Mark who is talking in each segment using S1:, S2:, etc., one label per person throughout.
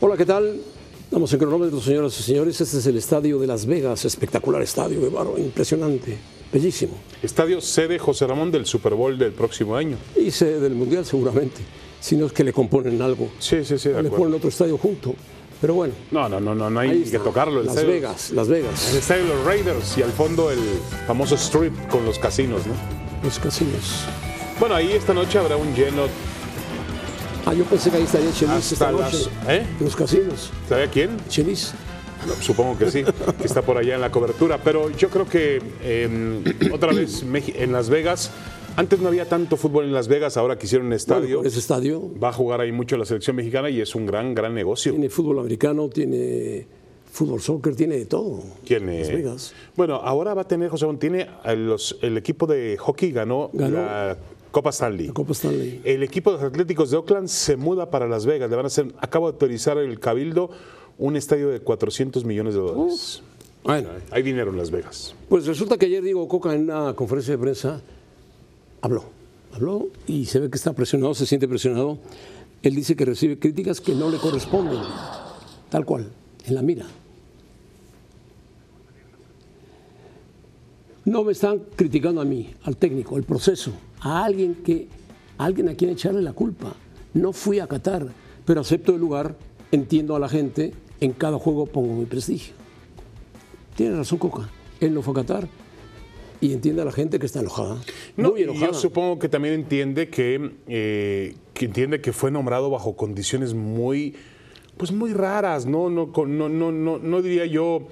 S1: Hola, ¿qué tal? Estamos en cronómetro, señoras y señores. Este es el estadio de Las Vegas, espectacular estadio, qué bárbaro, impresionante, bellísimo.
S2: Estadio sede José Ramón del Super Bowl del próximo año.
S1: Y sede del Mundial, seguramente, si no es que le componen algo.
S2: Sí, sí, sí. de
S1: le
S2: acuerdo.
S1: ponen otro estadio junto. Pero bueno,
S2: No, no, no, no, no
S1: ahí
S2: hay que
S1: está.
S2: tocarlo. El
S1: Las
S2: estadio-
S1: Vegas, Las Vegas,
S2: El estadio de los Raiders y al fondo el famoso strip con los casinos, ¿no?
S1: los casinos.
S2: Bueno, ahí esta noche habrá un lleno.
S1: Ah, yo pensé que ahí estaría Chelis esta
S2: Hasta
S1: noche.
S2: las- ¿eh?
S1: en Los casinos.
S2: ¿Sabe a quién?
S1: Chelis.
S2: No, supongo que sí, que está por allá en la cobertura. Pero yo creo que eh, otra vez Meji- en Las Vegas. Antes no había tanto fútbol en Las Vegas, ahora que hicieron estadio.
S1: Ese estadio
S2: Va a jugar ahí mucho la selección mexicana y es un gran, gran negocio.
S1: tiene fútbol americano, tiene fútbol soccer, tiene de todo.
S2: ¿Quién, eh?
S1: Las Vegas.
S2: Bueno, ahora va a tener, José Ramón, tiene a los- el equipo de hockey ganó,
S1: Ganó.
S2: la Copa Stanley.
S1: La Copa Stanley.
S2: El equipo de los Atléticos de Oakland se muda para Las Vegas. Le van a hacer, acaba de autorizar el Cabildo un estadio de 400 millones de dólares.
S1: Bueno,
S2: Hay dinero en Las Vegas.
S1: pues resulta que ayer Diego Coca en una conferencia de prensa habló. Habló y se ve que está presionado, se siente presionado. Él dice que recibe críticas que no le corresponden, tal cual, en la mira. No me están criticando a mí, al técnico, al proceso, a alguien que, a alguien a quien echarle la culpa. No fui a Qatar, pero acepto el lugar, entiendo a la gente, en cada juego pongo mi prestigio. Tiene razón Coca, él no fue a Qatar y entiende a la gente que está enojada.
S2: No,
S1: muy
S2: y
S1: enojada.
S2: yo supongo que también entiende que, eh, que entiende que fue nombrado bajo condiciones muy, pues muy raras, no, no, con- no, no, no, no diría yo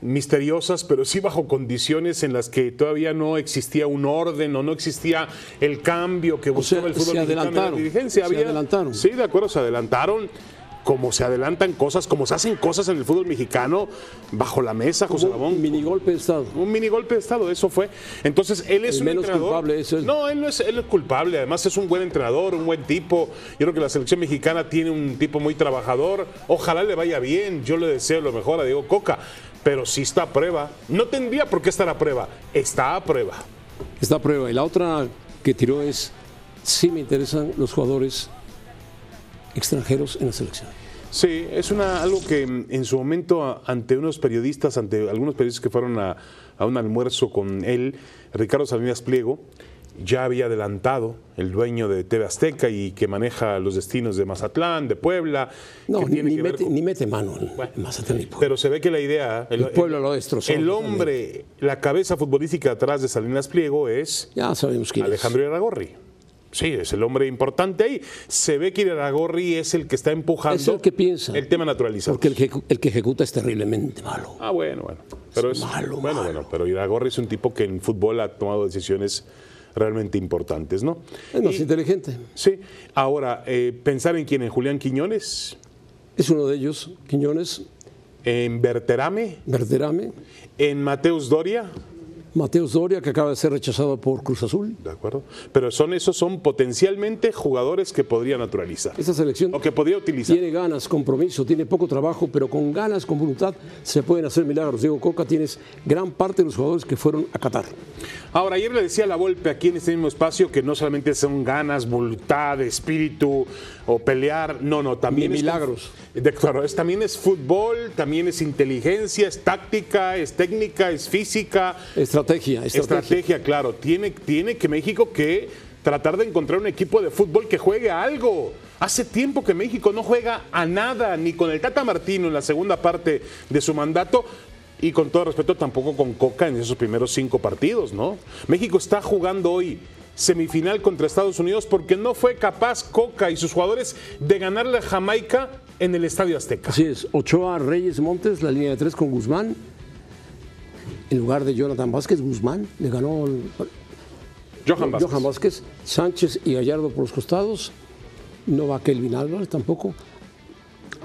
S2: misteriosas, pero sí bajo condiciones en las que todavía no existía un orden o no existía el cambio que buscaba
S1: sea,
S2: el fútbol
S1: se
S2: mexicano en la
S1: adelantaron, se
S2: dirigencia. Había-
S1: adelantaron.
S2: Sí, de acuerdo, se adelantaron. Como se adelantan cosas, como se hacen cosas en el fútbol mexicano bajo la mesa, José
S1: Hubo
S2: Ramón.
S1: un mini golpe de Estado.
S2: Un mini golpe de estado, eso fue. Entonces, él es
S1: El
S2: un
S1: menos
S2: entrenador.
S1: culpable es él.
S2: No, él no es, él no es culpable. Además, es un buen entrenador, un buen tipo. Yo creo que la selección mexicana tiene un tipo muy trabajador. Ojalá le vaya bien. Yo le deseo lo mejor a Diego Coca. Pero si está a prueba. No tendría por qué estar a prueba. Está a prueba.
S1: Esta prueba. Y la otra que tiró es, sí me interesan los jugadores extranjeros en la selección.
S2: Sí, es una, algo que mm, en su momento a- ante unos periodistas, ante algunos periodistas que fueron a, a un almuerzo con él, Ricardo Salinas Pliego, ya había adelantado el dueño de TV Azteca y que maneja los destinos de Mazatlán, de Puebla.
S1: No,
S2: que
S1: ni,
S2: tiene
S1: ni
S2: que ver
S1: mete,
S2: con-
S1: ni mete mano en Mazatlán ni Puebla.
S2: Pero se ve que la idea, el,
S1: El pueblo lo destrozó
S2: el hombre, la cabeza futbolística atrás de Salinas Pliego es
S1: Ya sabemos quién
S2: Alejandro Iragorri. Sí, es el hombre importante ahí. Se ve que Iragorri es el que está empujando
S1: Es el que piensa.
S2: el tema
S1: es.
S2: naturalizado.
S1: Porque el que, el que ejecuta es terriblemente malo.
S2: Ah, bueno, bueno. Pero
S1: Es
S2: es,
S1: malo,
S2: bueno,
S1: malo.
S2: bueno, pero Iragorri es un tipo que en fútbol ha tomado decisiones realmente importantes, ¿no?
S1: Es más inteligente.
S2: Sí. Ahora, eh, pensar en quién, en Julián Quiñones,
S1: Es uno de ellos, Quiñones,
S2: en Berterame,
S1: Verderame,
S2: en Mateus Doria,
S1: Mateos Doria, que acaba de ser rechazado por Cruz Azul.
S2: ¿de acuerdo? Pero son esos son potencialmente jugadores que podría naturalizar
S1: Esta selección
S2: o que podría utilizar.
S1: tiene ganas, compromiso, tiene poco trabajo, pero con ganas, con voluntad, se pueden hacer milagros. Diego Coca, tienes gran parte de los jugadores que fueron a Qatar.
S2: Ahora, ayer le decía a la Volpe aquí en este mismo espacio que no solamente son ganas, voluntad, espíritu o pelear, no, no, también
S1: Ni
S2: es-
S1: milagros.
S2: de- claro, es, también es fútbol, también es inteligencia, es táctica, es técnica, es física,
S1: Estrategia, estrategia.
S2: estrategia, claro. Tiene, tiene que México que tratar de encontrar un equipo de fútbol que juegue a algo. Hace tiempo que México no juega a nada, ni con el Tata Martino en la segunda parte de su mandato. Y con todo respeto, tampoco con Coca en esos primeros cinco partidos, ¿no? México está jugando hoy semifinal contra Estados Unidos porque no fue capaz Coca y sus jugadores de ganarle a Jamaica en el Estadio Azteca.
S1: Así es, Ochoa, Reyes, Montes, la línea de tres con Guzmán. En lugar de Jonathan Vázquez, Guzmán le ganó el-
S2: Johan Vázquez.
S1: Johan Vázquez, Sánchez y Gallardo por los costados. No va Kelvin Álvarez tampoco.
S2: No,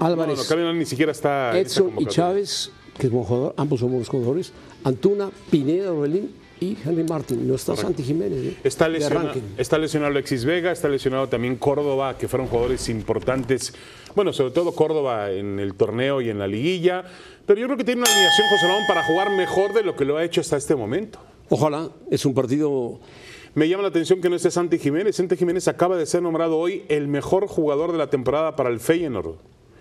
S2: no,
S1: Álvarez,
S2: Kevin ni siquiera está. en esta
S1: Edson y
S2: convocatoria.
S1: Chávez, que es buen jugador, ambos son buenos jugadores. Antuna, Pineda, Orbelín y Henry Martin. No está Santi Jiménez. ¿eh?
S2: Está
S1: De
S2: lesionado,
S1: arranque.
S2: está lesionado Alexis Vega, está lesionado también Córdoba, que fueron jugadores importantes. Bueno, sobre todo Córdoba en el torneo y en la liguilla. Pero yo creo que tiene una alineación José Ramón para jugar mejor de lo que lo ha hecho hasta este momento.
S1: Ojalá, es un partido
S2: Me llama la atención que no esté Santi Jiménez. Santi Jiménez acaba de ser nombrado hoy el mejor jugador de la temporada para el Feyenoord.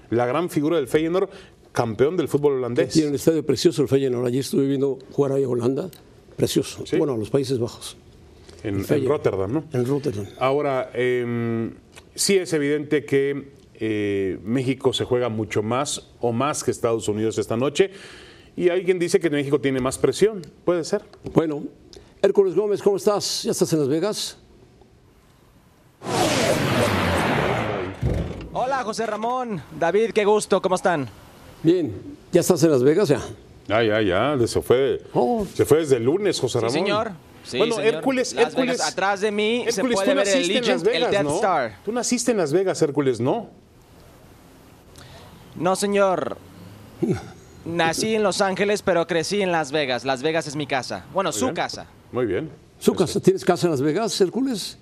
S2: La gran figura del Feyenoord, campeón del fútbol holandés.
S1: Tiene un estadio precioso el Feyenoord. Allí estuve viendo jugar ahí a Holanda. Precioso.
S2: Sí.
S1: Bueno, a los Países Bajos.
S2: En, en
S1: Feyenoord.
S2: Rotterdam, ¿no?
S1: En Rotterdam.
S2: Ahora, eh, sí es evidente que eh, México se juega mucho más o más que Estados Unidos esta noche. Y alguien dice que México tiene más presión. Puede ser.
S1: Bueno, Hércules Gómez, ¿cómo estás? ¿Ya estás en Las Vegas?
S3: Hola José Ramón, David, qué gusto, ¿cómo están?
S1: Bien. ¿Ya estás en Las Vegas? Ya.
S2: Ah, ya, ya. Se fue,
S1: Oh.
S2: se fue desde el lunes, José
S3: Sí,
S2: Ramón.
S3: señor. Sí,
S2: bueno,
S3: señor.
S2: Hércules,
S3: Las
S2: Hércules.
S3: Vegas, atrás de mí se
S2: Hércules,
S3: puede
S2: tú
S3: ver el
S2: naciste en Las
S3: Legion,
S2: Vegas,
S3: el Death
S2: ¿no?
S3: Star.
S2: Tú naciste en Las Vegas, Hércules, ¿no?
S3: No, señor. Nací en Los Ángeles, pero crecí en Las Vegas. Las Vegas es mi casa. Bueno, su
S2: bien.
S3: casa.
S2: Muy bien.
S1: ¿Su casa? ¿Tienes casa en Las Vegas, Hércules?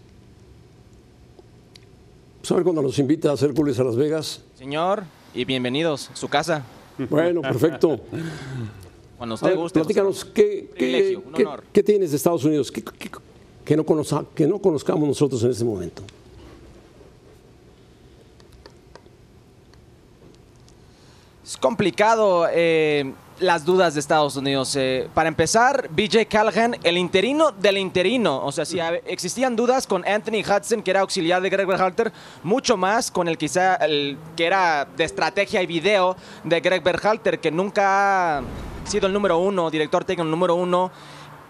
S1: ¿Sabes cuando nos invitas, Hércules, a Las Vegas?
S3: Señor, y bienvenidos, su casa.
S1: Bueno, perfecto. A
S3: Cuando usted
S1: ver,
S3: guste. José
S1: platícanos,
S3: Ramón.
S1: ¿qué, qué,
S3: privilegio, un
S1: qué-
S3: honor.
S1: qué tienes de Estados Unidos que, que- que no conoza- que no conozcamos nosotros en este momento?
S3: Es complicado eh, las dudas de Estados Unidos. eh. para empezar, BJ Callahan, el interino del interino. O sea, si hab- existían dudas con Anthony Hudson, que era auxiliar de Greg Berhalter, mucho más con el quizá el que era de estrategia y video de Greg Berhalter, que nunca ha sido el número uno, director técnico número uno.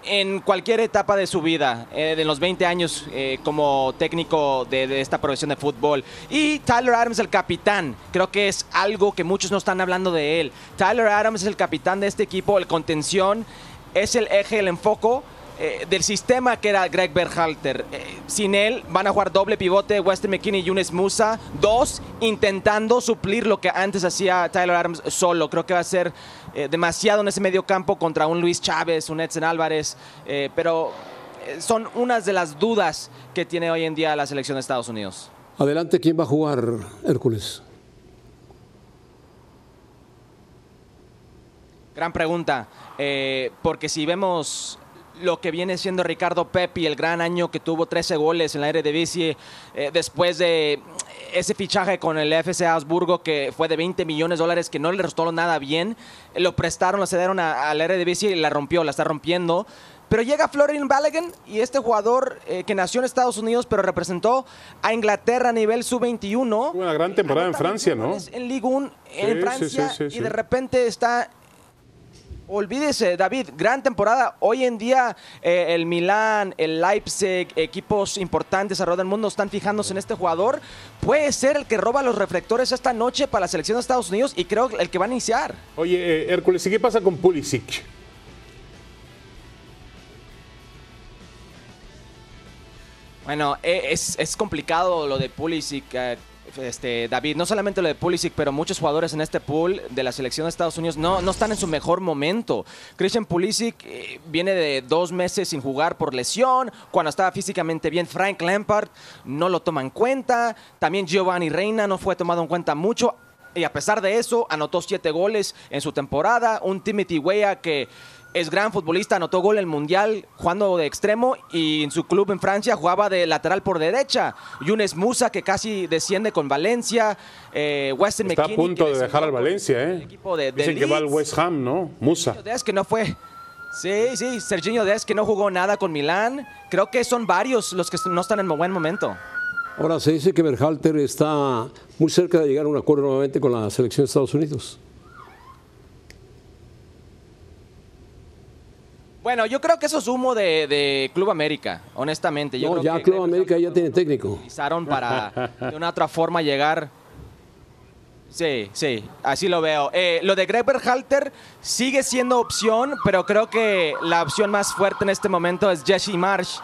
S3: En cualquier etapa de su vida, eh, de los 20 años eh, como técnico de, de esta profesión de fútbol. Y Tyler Adams, el capitán, creo que es algo que muchos no están hablando de él. Tyler Adams es el capitán de este equipo, el contención, es el eje, el enfoco eh, del sistema que era Greg Berhalter. Eh, sin él van a jugar doble pivote Weston McKinney y Yunes Musa. Dos, intentando suplir lo que antes hacía Tyler Adams solo. Creo que va a ser eh, demasiado en ese medio campo contra un Luis Chávez, un Edson Álvarez. eh, pero eh, son unas de las dudas que tiene hoy en día la selección de Estados Unidos.
S1: Adelante, ¿quién va a jugar, Hércules?
S3: Gran pregunta, eh, porque si vemos lo que viene siendo Ricardo Pepi, el gran año que tuvo 13 goles en la Eredivisie, eh, después de ese fichaje con el FC Habsburgo que fue de 20 millones de dólares que no le restó nada bien, lo prestaron, lo cedieron a, a la Eredivisie y la rompió, la está rompiendo. Pero llega Florin Balogun y este jugador eh, que nació en Estados Unidos pero representó a Inglaterra a nivel sub-21.
S2: Tuvo una gran temporada en
S3: Anota 21
S2: Francia, ¿no?
S3: goles En Ligue 1, en
S2: sí,
S3: Francia,
S2: sí, sí,
S3: y
S2: sí.
S3: de repente está Olvídese, David, gran temporada. Hoy en día eh, el Milán, el Leipzig, equipos importantes alrededor del mundo están fijándose en este jugador. Puede ser el que roba los reflectores esta noche para la selección de Estados Unidos y creo el que va a iniciar.
S2: Oye, eh, Hércules, ¿y qué pasa con Pulisic?
S3: Bueno, eh, es, es complicado lo de Pulisic, eh, este, David. No solamente lo de Pulisic, pero muchos jugadores en este pool de la selección de Estados Unidos no, no están en su mejor momento. Christian Pulisic eh, viene de dos meses sin jugar por lesión. Cuando estaba físicamente bien, Frank Lampard no lo toma en cuenta. También Giovanni Reina no fue tomado en cuenta mucho. Y a pesar de eso, anotó siete goles en su temporada. Un Timothy Weah que es gran futbolista, anotó gol en el Mundial jugando de extremo y en su club en Francia jugaba de lateral por derecha. Yunes Musa que casi desciende con Valencia. Eh, Weston
S2: Está a
S3: McKennie,
S2: punto
S3: que
S2: de dejar al
S3: descendió con
S2: Valencia,
S3: el
S2: ¿eh?
S3: equipo de- de
S2: Dicen que va al
S3: Leeds.
S2: West Ham, ¿no? Musa.
S3: Serginho Dest, que no fue. Sí, sí, Serginho Dest que no jugó nada con Milán. Creo que son varios los que no están en buen momento.
S1: Ahora se dice que Berhalter está muy cerca de llegar a un acuerdo nuevamente con la selección de Estados Unidos.
S3: Bueno, yo creo que eso es humo de, de Club América, honestamente. Yo
S1: No,
S3: creo
S1: ya
S3: que
S1: Club América ya tiene técnico.
S3: utilizaron para de una otra forma llegar. Sí, sí, así lo veo. Eh, lo de Greg Berhalter sigue siendo opción, pero creo que la opción más fuerte en este momento es Jesse Marsh,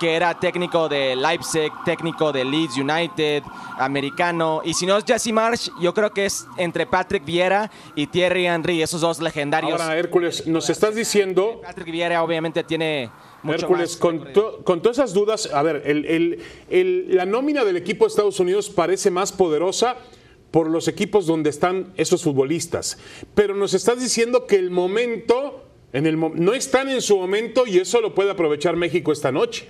S3: que era técnico de Leipzig, técnico de Leeds United, americano. Y si no es Jesse Marsh, yo creo que es entre Patrick Vieira y Thierry Henry, esos dos legendarios.
S2: Ahora, Hércules, nos estás diciendo
S3: Patrick Vieira obviamente tiene mucho
S2: Hércules,
S3: más
S2: con,
S3: recorrido.
S2: to- con todas esas dudas, a ver, el- el- el- la nómina del equipo de Estados Unidos parece más poderosa por los equipos donde están esos futbolistas. Pero nos estás diciendo que el momento, en el, mo- no están en su momento y eso lo puede aprovechar México esta noche.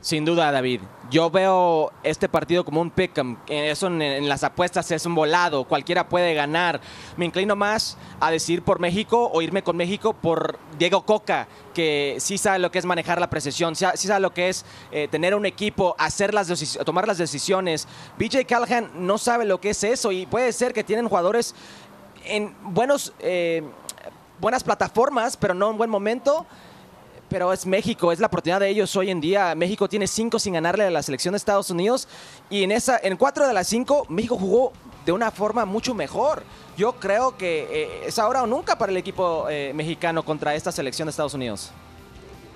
S3: Sin duda, David. Yo veo este partido como un pick 'em. Eso en, en las apuestas es un volado. Cualquiera puede ganar. Me inclino más a decir por México o irme con México por Diego Coca, que sí sabe lo que es manejar la precesión, sí sí sabe lo que es eh, tener un equipo, hacer las decis- tomar las decisiones. BJ Callahan no sabe lo que es eso y puede ser que tienen jugadores en buenos, eh, buenas plataformas, pero no en buen momento. Pero es México, es la oportunidad de ellos hoy en día. México tiene cinco sin ganarle a la selección de Estados Unidos. Y en esa, en cuatro de las cinco, México jugó de una forma mucho mejor. Yo creo que eh, es ahora o nunca para el equipo eh, mexicano contra esta selección de Estados Unidos.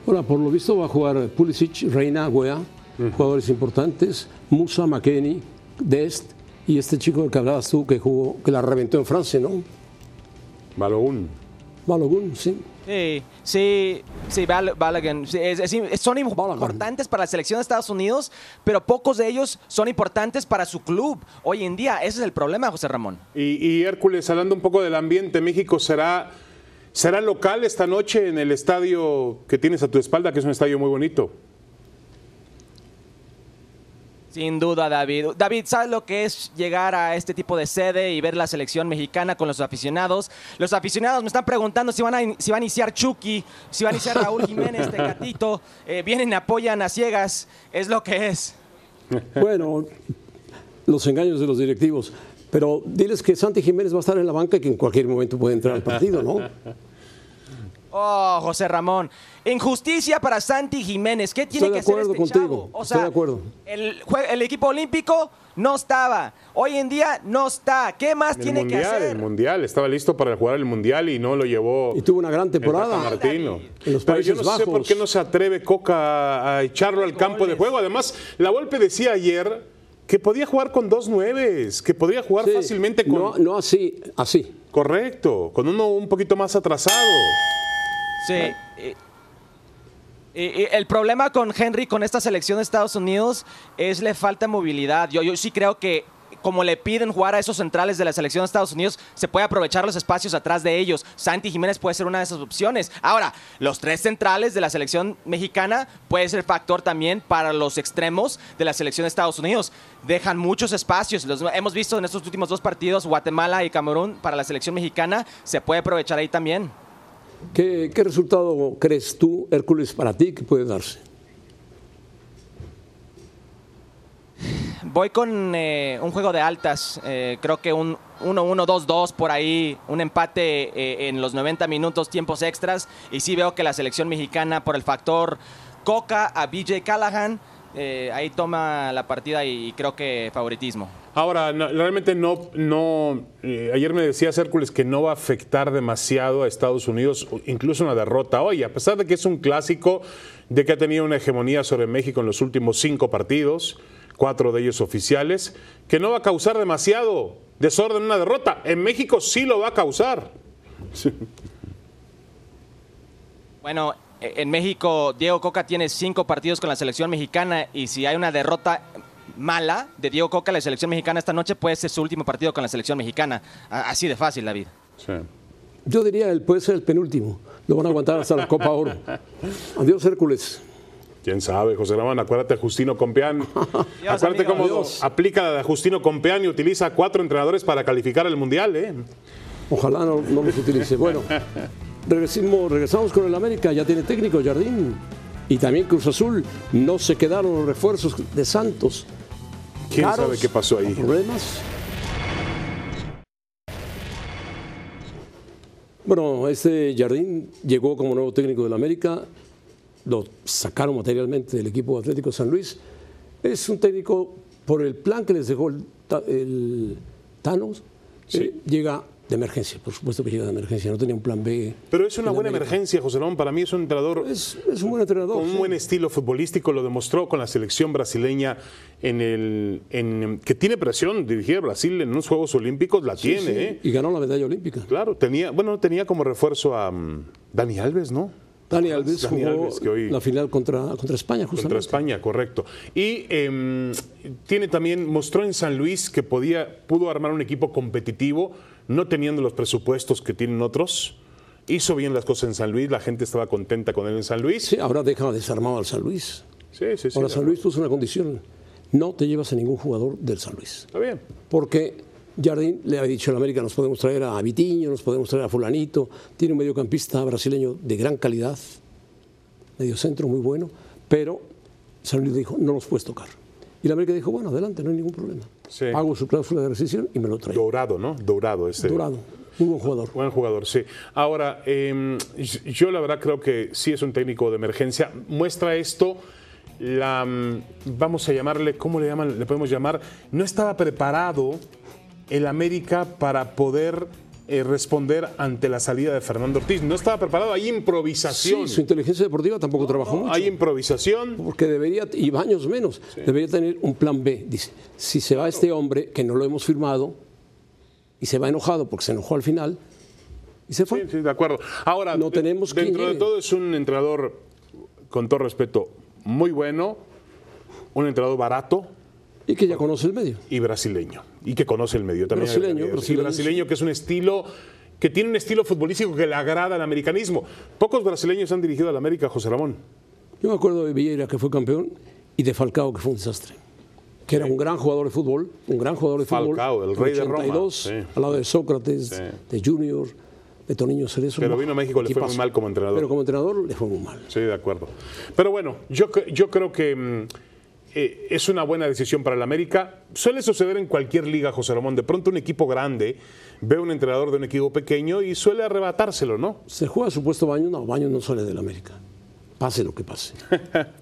S1: Ahora, por lo visto va a jugar Pulisic, Reina, Guea, jugadores importantes, Musa, McKenny, Dest y este chico del que hablabas tú que jugó, que la reventó en Francia, ¿no?
S2: Balogun.
S1: Balogun, sí.
S3: Sí, sí, sí, Bal- Balogun, sí, es- es- es- son
S1: Balogun.
S3: importantes para la selección de Estados Unidos, pero pocos de ellos son importantes para su club. Hoy en día, ese es el problema, José Ramón.
S2: Y, y Hércules, hablando un poco del ambiente, México será, será local esta noche en el estadio que tienes a tu espalda, que es un estadio muy bonito.
S3: Sin duda, David. David, ¿sabes lo que es llegar a este tipo de sede y ver la selección mexicana con los aficionados? Los aficionados me están preguntando si, van a in- si va a iniciar Chucky, si va a iniciar Raúl Jiménez, Tecatito. Eh, vienen, apoyan a ciegas. Es lo que es.
S1: Bueno, los engaños de los directivos. Pero diles que Santi Jiménez va a estar en la banca y que en cualquier momento puede entrar al partido, ¿no?
S3: Oh, José Ramón. Injusticia para Santi Jiménez. ¿Qué tiene
S1: Estoy de
S3: que hacer
S1: acuerdo
S3: este
S1: contigo,
S3: chavo? O
S1: estoy
S3: sea,
S1: de acuerdo.
S3: El, jue- el equipo olímpico no estaba. Hoy en día no está. ¿Qué más
S2: En el
S3: tiene que
S2: mundial,
S3: hacer?
S2: el mundial, estaba listo para jugar el mundial y no lo llevó.
S1: Y tuvo una gran
S2: el Tata
S1: temporada.
S2: Martino.
S1: En los
S2: Pero yo
S1: Países
S2: no sé
S1: Bajos.
S2: por qué no se atreve Coca a echarlo al campo de juego. Además, la Volpe decía ayer que podía jugar con dos nueves, que podría jugar
S1: Sí,
S2: fácilmente con.
S1: No, no así, así.
S2: Correcto, con uno un poquito más atrasado.
S3: Sí. Y- y- y el problema con Henry, con esta selección de Estados Unidos, es le falta movilidad. Yo, yo sí creo que como le piden jugar a esos centrales de la selección de Estados Unidos, se puede aprovechar los espacios atrás de ellos. Santi Jiménez puede ser una de esas opciones. Ahora, los tres centrales de la selección mexicana puede ser factor también para los extremos de la selección de Estados Unidos. Dejan muchos espacios. Los hemos visto en estos últimos dos partidos, Guatemala y Camerún, para la selección mexicana. Se puede aprovechar ahí también.
S1: ¿Qué, qué resultado crees tú, Hércules, para ti que puede darse?
S3: Voy con eh, un juego de altas. eh, creo que un 1-1, 2-2 por ahí. Un empate eh, en los 90 minutos, tiempos extras. Y sí veo que la selección mexicana, por el factor Coca a BJ Callahan, eh, ahí toma la partida y creo que favoritismo.
S2: Ahora, no- realmente no, no eh, ayer me decía Hércules que no va a afectar demasiado a Estados Unidos, o incluso una derrota hoy, a pesar de que es un clásico, de que ha tenido una hegemonía sobre México en los últimos cinco partidos, cuatro de ellos oficiales, que no va a causar demasiado desorden una derrota. En México sí lo va a causar.
S3: Bueno, e- en México, Diego Coca tiene cinco partidos con la selección mexicana. Y si hay una derrota mala de Diego Coca a la selección mexicana esta noche, puede ser su último partido con la selección mexicana. A- Así de fácil, David.
S1: Yo diría él puede ser el penúltimo. Lo van a aguantar hasta la Copa Oro. Adiós, Hércules.
S2: Quién sabe, José Ramón, acuérdate de Justino Compeán. acuérdate
S3: amigo,
S2: cómo
S1: adiós.
S2: aplica la de Justino Compeán y utiliza a cuatro entrenadores para calificar al Mundial, ¿eh?
S1: Ojalá no, no los utilice. Bueno, regresimo- regresamos con el América. Ya tiene técnico Jardín. Y también Cruz Azul. No se quedaron los refuerzos de Santos.
S2: ¿Quién
S1: Caros,
S2: sabe qué pasó ahí?
S1: Problemas. Bueno, este Jardín llegó como nuevo técnico del América. Lo sacaron materialmente del equipo Atlético San Luis. Es un técnico por el plan que les dejó el, Ta- el Thanos. eh, llega de emergencia, por supuesto que llega de emergencia. No tenía un plan B.
S2: Pero es una buena emergencia, José Ramón. Para mí es un entrenador
S1: Es, es un buen entrenador.
S2: con un
S1: sí.
S2: buen estilo futbolístico. Lo demostró con la selección brasileña en el en- que tiene presión dirigir a Brasil en unos Juegos Olímpicos. La tiene,
S1: Sí,
S2: ¿eh?
S1: Y ganó la medalla olímpica.
S2: Claro, tenía, bueno, tenía como refuerzo a mm, Dani Alves, ¿no?
S1: Dani Alves
S2: Dani
S1: jugó
S2: Alves, que hoy-
S1: la final contra, contra España, justamente.
S2: Contra España, correcto. Y em, tiene también, mostró en San Luis que podía, pudo armar un equipo competitivo, no teniendo los presupuestos que tienen otros. Hizo bien las cosas en San Luis, la gente estaba contenta con él en San Luis.
S1: Sí, ahora deja desarmado al San Luis.
S2: Sí, sí, sí.
S1: Ahora,
S2: de
S1: San
S2: acuerdo.
S1: Luis puso una condición. No te llevas a ningún jugador del San Luis.
S2: Está bien.
S1: Porque Jardín le había dicho a la América, nos podemos traer a Vitiño, nos podemos traer a fulanito. Tiene un mediocampista brasileño de gran calidad, mediocentro muy bueno, pero San Luis dijo, no los puedes tocar. Y la América dijo, bueno, adelante, no hay ningún problema.
S2: Sí.
S1: Hago su cláusula de rescisión y me lo traigo.
S2: Dorado, ¿no? Dorado este.
S1: Dorado, muy buen jugador.
S2: Buen jugador, sí. Ahora, eh, yo la verdad creo que sí es un técnico de emergencia. Muestra esto, la, mm, vamos a llamarle, ¿cómo le, llaman? le podemos llamar? No estaba preparado el América para poder eh, responder ante la salida de Fernando Ortiz. No estaba preparado, hay improvisación.
S1: Sí, su inteligencia deportiva tampoco trabajó mucho.
S2: hay improvisación.
S1: Porque debería, y baños menos, debería tener un plan B. Dice, si se va este hombre, que no lo hemos firmado, y se va enojado porque se enojó al final, y se fue.
S2: Sí, sí, de acuerdo. Ahora,
S1: No
S2: de-
S1: tenemos quien
S2: dentro de
S1: llegue.
S2: todo es un entrenador, con todo respeto, muy bueno, un entrenador barato,
S1: Y que ya conoce el medio.
S2: y brasileño. Y que conoce el medio también.
S1: Brasileño,
S2: agregaría.
S1: brasileño.
S2: Y brasileño que es un estilo que tiene un estilo futbolístico que le agrada al americanismo. Pocos brasileños han dirigido al América, José Ramón.
S1: Yo me acuerdo de Vieira, que fue campeón, y de Falcao, que fue un desastre. Que era un gran jugador de fútbol, un gran jugador de fútbol.
S2: Falcao, el rey de Roma,
S1: 82,
S2: sí.
S1: Al lado de Sócrates,
S2: Sí.
S1: de Junior, de Toniño Cerezo.
S2: Pero
S1: Buah,
S2: vino a México, le fue muy
S1: equipazo.
S2: mal como entrenador.
S1: Pero como entrenador le fue muy mal.
S2: Sí, de acuerdo. Pero bueno, yo, cre- yo creo que mm, eh, es una buena decisión para el América. Suele suceder en cualquier liga, José Ramón. De pronto un equipo grande ve a un entrenador de un equipo pequeño y suele arrebatárselo, ¿no?
S1: ¿Se juega su puesto Baños? No, Baños no sale del América. Pase lo que pase.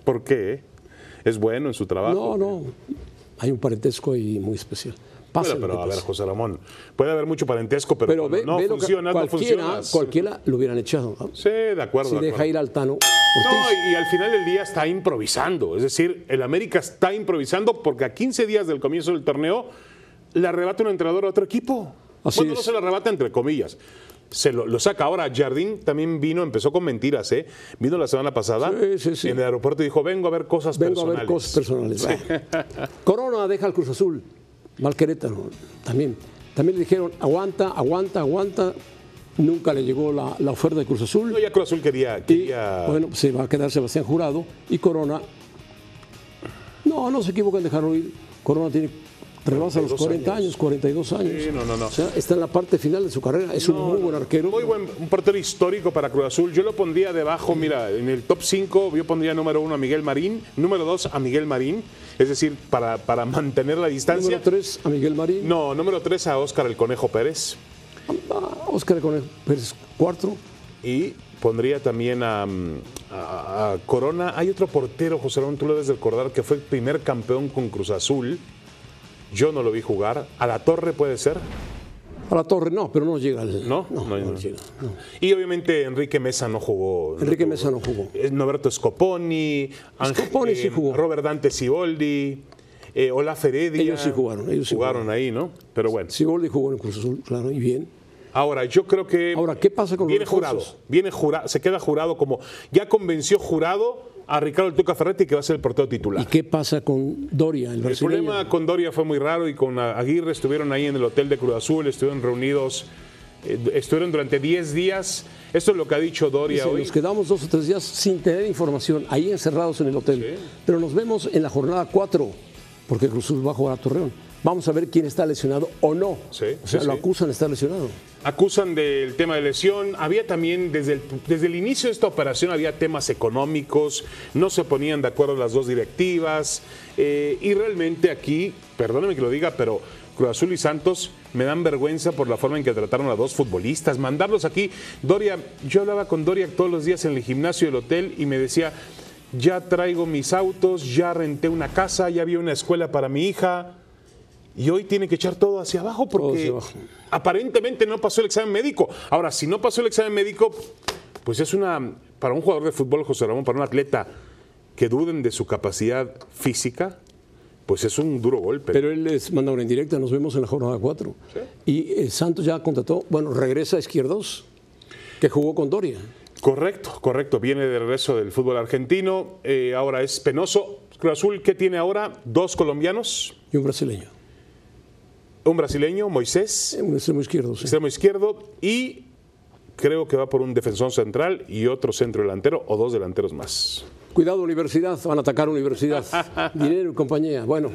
S2: ¿Por qué? eh? Es bueno en su
S1: No,
S2: trabajo.
S1: no. Hay un parentesco ahí muy especial. Pasa lo
S2: Bueno, pero
S1: que
S2: a ver,
S1: pase.
S2: José Ramón, puede haber mucho parentesco, pero,
S1: Pero
S2: cuando
S1: ve,
S2: no,
S1: ve lo que-
S2: funciona, no
S1: cualquiera,
S2: funciona.
S1: cualquiera lo hubieran echado. ¿no?
S2: Sí, de acuerdo.
S1: Si
S2: de
S1: deja
S2: acuerdo.
S1: ir al Tano Ortiz,
S2: No, y, y al final del día está improvisando. Es decir, el América está improvisando porque a 15 días del comienzo del torneo le arrebata un entrenador a otro equipo.
S1: Así
S2: bueno, no
S1: es.
S2: se lo arrebata entre comillas. Se lo, lo saca ahora. Jardín también vino, empezó con mentiras, ¿eh? Vino la semana pasada
S1: Sí, sí, sí.
S2: en el aeropuerto y dijo: Vengo a ver cosas
S1: vengo
S2: personales.
S1: a ver cosas personales. Bueno. Corona deja al Cruz Azul. Mal Querétaro también. También le dijeron, aguanta, aguanta, aguanta. Nunca le llegó la, la oferta de Cruz Azul.
S2: No, ya Cruz Azul quería.
S1: Y,
S2: quería-
S1: bueno, pues se va a quedar Sebastián Jurado y Corona. No, no se equivocan de dejarlo ir. Corona tiene rebasa los
S2: 42
S1: 40 años, 42 años.
S2: Sí, no, no, no.
S1: O sea, está en la parte final de su carrera. Es un muy buen arquero.
S2: Muy buen, un portero histórico para Cruz Azul. Yo lo pondría debajo, mira, en el top 5 yo pondría número 1 a Miguel Marín, número 2 a Miguel Marín, es decir, para, para mantener la distancia.
S1: Número 3 a Miguel Marín.
S2: No, número 3 a Óscar el Conejo Pérez
S1: Ah, Oscar Conejo Pérez, cuarto.
S2: y pondría también a, mm, a- a Corona. Hay otro portero, José Ramón, tú lo debes de recordar, que fue el primer campeón con Cruz Azul. Yo no lo vi jugar. A la torre puede ser.
S1: A la torre, no, pero no llega al.
S2: No,
S1: no,
S2: no,
S1: no
S2: no.
S1: llega. no.
S2: Y obviamente Enrique Mesa no jugó. no
S1: Enrique Mesa no jugó.
S2: Eh, Norberto Scoponi, Ángel- eh,
S1: Scoponi sí jugó.
S2: Robert Dante Siboldi, eh, Olaf Heredia.
S1: Ellos sí jugaron, ellos sí
S2: jugaron. ahí, ¿no? Pero bueno.
S1: Siboldi jugó en el Cruz Azul, claro, y bien.
S2: Ahora, yo creo que.
S1: Ahora, ¿qué pasa con los
S2: Viene jurado.
S1: refuerzos?
S2: Viene jurado. Se queda jurado como. Ya convenció jurado a Ricardo El Tuca Ferretti que va a ser el portero titular.
S1: ¿Y qué pasa con Doria, el
S2: Ah. El
S1: brasileño?
S2: problema con Doria fue muy raro y con Aguirre estuvieron ahí en el hotel de Cruz Azul, estuvieron reunidos, eh, estuvieron durante 10 días. Esto es lo que ha dicho Doria
S1: Dice,
S2: hoy.
S1: nos quedamos dos o tres días sin tener información, ahí encerrados en el hotel. Pero nos vemos en la jornada 4, porque Cruz Azul va a jugar a Torreón. Vamos a ver quién está lesionado o no.
S2: Sí,
S1: o sea,
S2: sí,
S1: lo
S2: sí.
S1: acusan de estar lesionado.
S2: Acusan del tema de lesión. Había también, desde el, desde el inicio de esta operación, había temas económicos. No se ponían de acuerdo las dos directivas. eh, y realmente aquí, perdóneme que lo diga, pero Cruz Azul y Santos me dan vergüenza por la forma en que trataron a dos futbolistas. Mandarlos aquí. Doria, yo hablaba con Doria todos los días en el gimnasio del hotel y me decía. Ya traigo mis autos, ya renté una casa, ya había una escuela para mi hija. Y hoy tiene que echar todo hacia abajo
S1: Todo
S2: porque
S1: hacia abajo.
S2: aparentemente no pasó el examen médico. Ahora, si no pasó el examen médico, pues es una. Para un jugador de fútbol, José Ramón, para un atleta que duden de su capacidad física, pues es un duro golpe.
S1: Pero él les manda una indirecta, nos vemos en la jornada 4. Y eh, Santos ya contrató, bueno, regresa a Izquierdos, que jugó con Doria.
S2: correcto, correcto. Viene de regreso del fútbol argentino. eh, ahora es penoso. Cruz Azul, ¿qué tiene ahora? Dos colombianos,
S1: Y un brasileño. Eh,
S2: un brasileño, Moisés,
S1: Un extremo izquierdo, sí.
S2: extremo izquierdo, y creo que va por un defensor central y otro centro delantero o dos delanteros más.
S1: Cuidado, universidad, van a atacar universidad. Dinero y compañía. Bueno,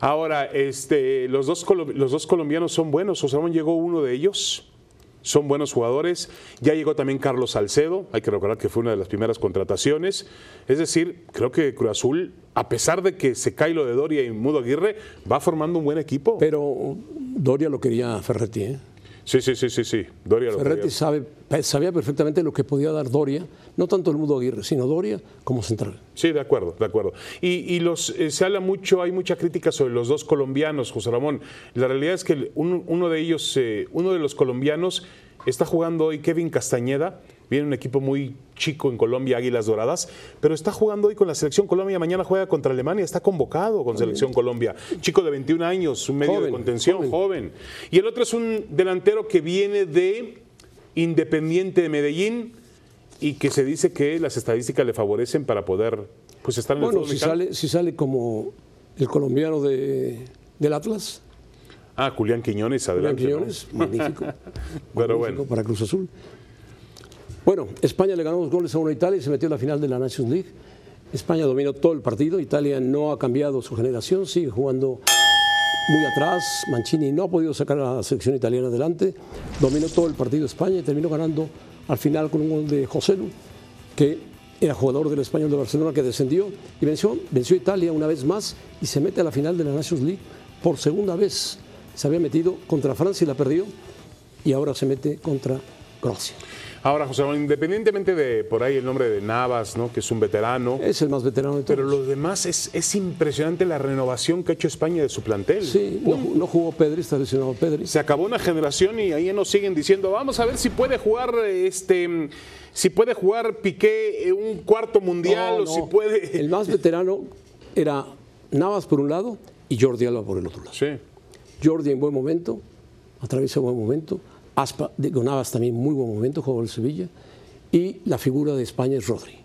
S2: Ahora, este, los, dos, colo- los dos colombianos son buenos. Osamón llegó uno de ellos. Son buenos jugadores. Ya llegó también Carlos Salcedo. Hay que recordar que fue una de las primeras contrataciones. Es decir, creo que Cruz Azul, a pesar de que se cae lo de Doria y Mudo Aguirre, va formando un buen equipo.
S1: pero eh, Doria lo quería Ferretti. ¿eh?
S2: Sí, sí, sí, sí, sí. Doria lo
S1: Ferretti
S2: quería.
S1: sabe, pe- sabía perfectamente lo que podía dar Doria, no tanto el mundo Aguirre, sino Doria como central.
S2: Sí, de acuerdo, de acuerdo. Y, y los eh, se habla mucho, hay mucha crítica sobre los dos colombianos, José Ramón. La realidad es que el- uno, uno de ellos, eh, uno de los colombianos, está jugando hoy Kevin Castañeda, viene un equipo muy chico en Colombia, Águilas Doradas, pero está jugando hoy con la selección Colombia, mañana juega contra Alemania, está convocado con selección Colombia. Chico de 21 años, un medio de
S1: Joven,
S2: contención,
S1: joven.
S2: joven. Y el otro es un delantero que viene de Independiente de Medellín y que se dice que las estadísticas le favorecen para poder pues estar en el
S1: Bueno,
S2: fútbol
S1: si
S2: mexicano.
S1: sale, si sale como el colombiano de, del Atlas,
S2: Ah, Julián Quiñones,
S1: Julián
S2: adelante. ¿no?
S1: Quiñones, magnífico.
S2: Pero
S1: Magnífico
S2: bueno,
S1: Para Cruz Azul. Bueno, España le ganó dos goles a uno a Italia y se metió a la final de la Nations League. España dominó todo el partido, Italia no ha cambiado su generación, sigue jugando muy atrás, Mancini no ha podido sacar a la selección italiana adelante, dominó todo el partido España y terminó ganando al final con un gol de Joselu, que era jugador del español de Barcelona que descendió y venció, venció a Italia una vez más y se mete a la final de la Nations League por segunda vez. Se había metido contra Francia y la perdió y ahora se mete contra Croacia.
S2: ahora José, Ramón, independientemente de por ahí el nombre de Navas, ¿no? que es un veterano,
S1: Es el más veterano de todos.
S2: pero los demás es, es impresionante la renovación que ha hecho España de su plantel.
S1: Sí, no, no jugó Pedri, está lesionado Pedri.
S2: Se acabó una generación y ahí nos siguen diciendo, vamos a ver si puede jugar este si puede jugar Piqué eh, un cuarto mundial
S1: No,
S2: o si
S1: no.
S2: puede.
S1: El más veterano era Navas por un lado y Jordi Alba por el otro lado.
S2: Sí.
S1: Jordi en buen momento, atraviesa buen momento. Aspa, digo, Navas también muy buen momento, jugó el Sevilla. Y la figura de España es Rodri.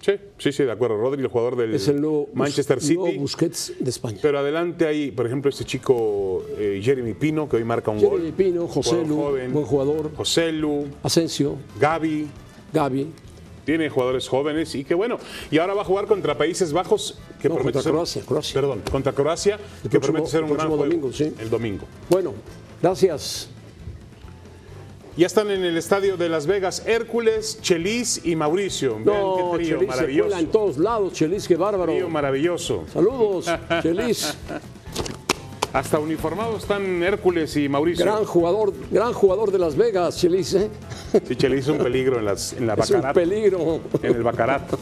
S2: Sí, sí, sí, de acuerdo. Rodri, el jugador del
S1: Es el nuevo, Bus-
S2: Manchester City.
S1: nuevo Busquets de España.
S2: Pero adelante hay, por ejemplo, este chico eh, Jeremy Pino, que hoy marca un
S1: Jeremy
S2: gol.
S1: Pino, Joselu,
S2: Jugador joven.
S1: buen jugador.
S2: Joselu,
S1: Asensio,
S2: Gaby.
S1: Gaby,
S2: Tiene jugadores jóvenes y que bueno. Y ahora va a jugar contra Países Bajos, que
S1: No,
S2: promete
S1: contra
S2: ser-
S1: Croacia, Croacia.
S2: Perdón, contra Croacia, que
S1: próximo-
S2: promete ser un
S1: el
S2: gran
S1: próximo
S2: juego.
S1: domingo, sí.
S2: El domingo.
S1: Bueno, gracias.
S2: Ya están en el estadio de Las Vegas Hércules, Chelis y Mauricio. Vean
S1: No,
S2: qué trío
S1: Chelis se cuela en
S2: maravilloso.
S1: todos lados, Chelis, qué bárbaro.
S2: Trío maravilloso.
S1: Saludos, Chelis,
S2: Hasta uniformados están Hércules y Mauricio.
S1: gran jugador, gran jugador de Las Vegas, Chelis, ¿eh?
S2: Sí, Chelis es un peligro en, las, en la
S1: es un
S2: bacarata.
S1: peligro.
S2: En el bacarato.